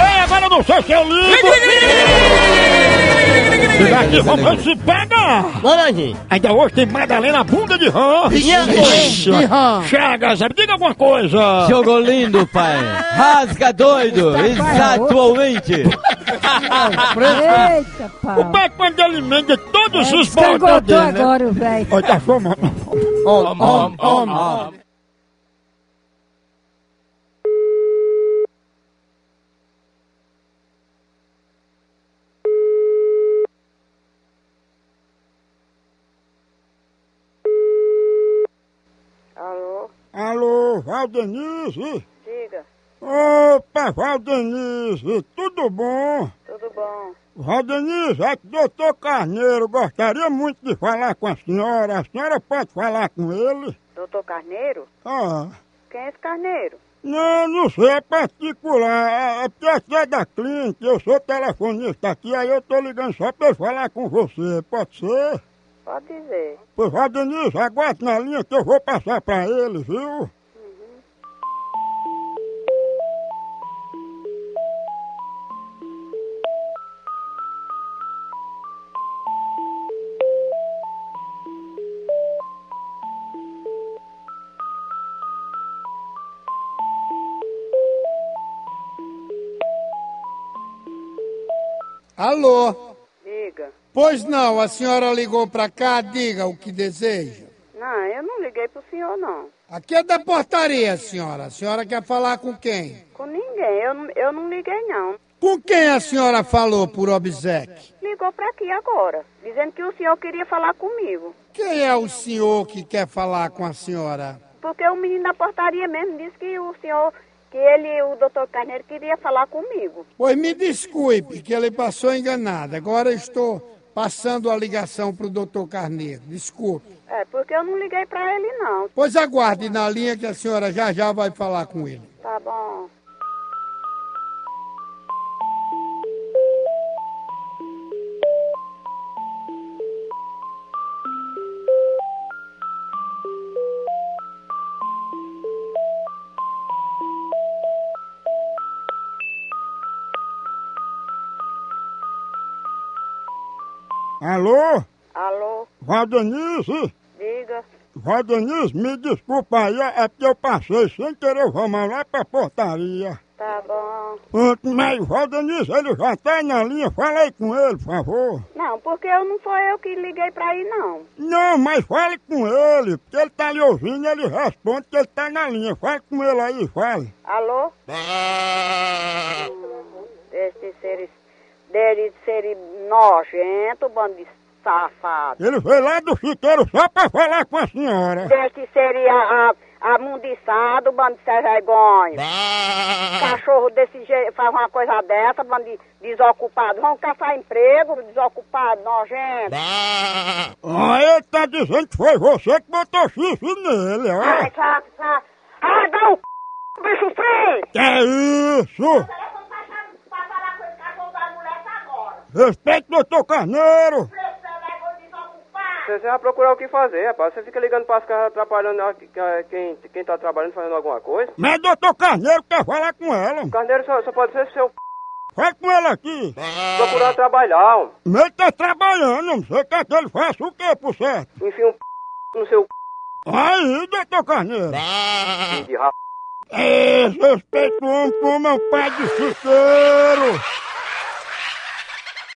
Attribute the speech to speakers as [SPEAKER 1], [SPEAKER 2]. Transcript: [SPEAKER 1] agora, não sei se eu ligo. E aqui vamos se pegar.
[SPEAKER 2] Laranjinha.
[SPEAKER 1] Ainda hoje tem Madalena Bunda de Rã.
[SPEAKER 2] Ixi,
[SPEAKER 1] Rã. Chagas, diga alguma coisa.
[SPEAKER 3] Jogo lindo, pai. Rasga doido, exatamente.
[SPEAKER 4] Eita,
[SPEAKER 1] O
[SPEAKER 4] pau.
[SPEAKER 1] pai quando ele emenda todos os bordões
[SPEAKER 4] Escagotou
[SPEAKER 1] dele, né?
[SPEAKER 4] agora o velho.
[SPEAKER 1] Olha, tá fome.
[SPEAKER 5] Alô,
[SPEAKER 1] Alô, Valdenise?
[SPEAKER 5] diga,
[SPEAKER 1] Opa, Valdenise, tudo bom?
[SPEAKER 5] tudo bom?
[SPEAKER 1] Valdenise, é que o doutor Carneiro gostaria muito de falar com a senhora. A senhora pode falar com ele?
[SPEAKER 5] Doutor Carneiro?
[SPEAKER 1] Ah,
[SPEAKER 5] Quem é esse Carneiro?
[SPEAKER 1] não, não sei, é particular. É- É porque a senhora é da clínica, eu sou telefonista aqui, aí eu tô ligando só pra eu falar com você, pode ser?
[SPEAKER 5] Pode dizer.
[SPEAKER 1] Pois, Valdenise, aguarde na linha que eu vou passar pra ele, viu?
[SPEAKER 2] Alô?
[SPEAKER 5] Diga.
[SPEAKER 2] Pois não, a senhora ligou pra cá, diga o que deseja.
[SPEAKER 5] Não, eu não liguei pro senhor, não.
[SPEAKER 2] Aqui é da portaria, senhora. A senhora quer falar com quem?
[SPEAKER 5] Com ninguém, eu, não- eu não liguei, não.
[SPEAKER 2] Com quem a senhora falou por obsequio?
[SPEAKER 5] Ligou pra aqui agora, dizendo que o senhor queria falar comigo.
[SPEAKER 2] Quem é o senhor que quer falar com a senhora?
[SPEAKER 5] Porque o menino da portaria mesmo disse que o senhor, que ele, o doutor Carneiro, queria falar comigo.
[SPEAKER 2] Pois me desculpe, que ele passou enganado. Agora estou passando a ligação para o doutor Carneiro. Desculpe.
[SPEAKER 5] É, porque eu não liguei pra ele, não.
[SPEAKER 2] Pois aguarde na linha que a senhora já já vai falar com ele.
[SPEAKER 5] Tá bom.
[SPEAKER 1] Alô?
[SPEAKER 5] Alô,
[SPEAKER 1] Valdenise?
[SPEAKER 5] diga.
[SPEAKER 1] Valdenise, me desculpa aí, é porque eu passei sem querer, vamos lá pra portaria.
[SPEAKER 5] Tá bom.
[SPEAKER 1] Ah, Mas, Valdenise, ele já tá na linha, fala aí com ele, por favor.
[SPEAKER 5] Não, porque eu não foi eu que liguei pra ir, não.
[SPEAKER 1] Não, mas fale com ele, porque ele tá lhe ouvindo, ele responde que ele tá na linha. Fale com ele aí, fale.
[SPEAKER 5] Alô? Desse ser, dele ser nojento, bando de safado.
[SPEAKER 1] Ele veio lá do chiqueiro só pra falar com a senhora.
[SPEAKER 5] Desse ser a- a- amundiçado, bando de sem vergonha. Cachorro desse jeito faz uma coisa dessa, bando de desocupado. Vão caçar emprego, desocupado, nojento.
[SPEAKER 1] Ah, ele tá dizendo que foi você que botou xixi nele, ó.
[SPEAKER 5] Ai, sabe, sabe. Ai, dá um c... bicho feio!
[SPEAKER 1] Que isso?
[SPEAKER 5] Telefone pra falar com esse cachorro da mulher agora.
[SPEAKER 1] Respeite o doutor Carneiro.
[SPEAKER 6] Vocês vão procurar o que fazer, rapaz. Você fica ligando para as caras atrapalhando a- a- quem, quem tá trabalhando, fazendo alguma coisa.
[SPEAKER 1] Mas o doutor Carneiro quer falar com ela.
[SPEAKER 6] O carneiro só, só pode ser seu p...
[SPEAKER 1] Fale com ela aqui.
[SPEAKER 6] procurar trabalhar. homem.
[SPEAKER 1] Ele tá trabalhando, você quer que ele faça o quê, por certo?
[SPEAKER 6] Enfia um p... no seu
[SPEAKER 1] Aí, doutor Carneiro.
[SPEAKER 6] c... de rap.
[SPEAKER 1] É, respeito o homem como é um pai de chuteiro.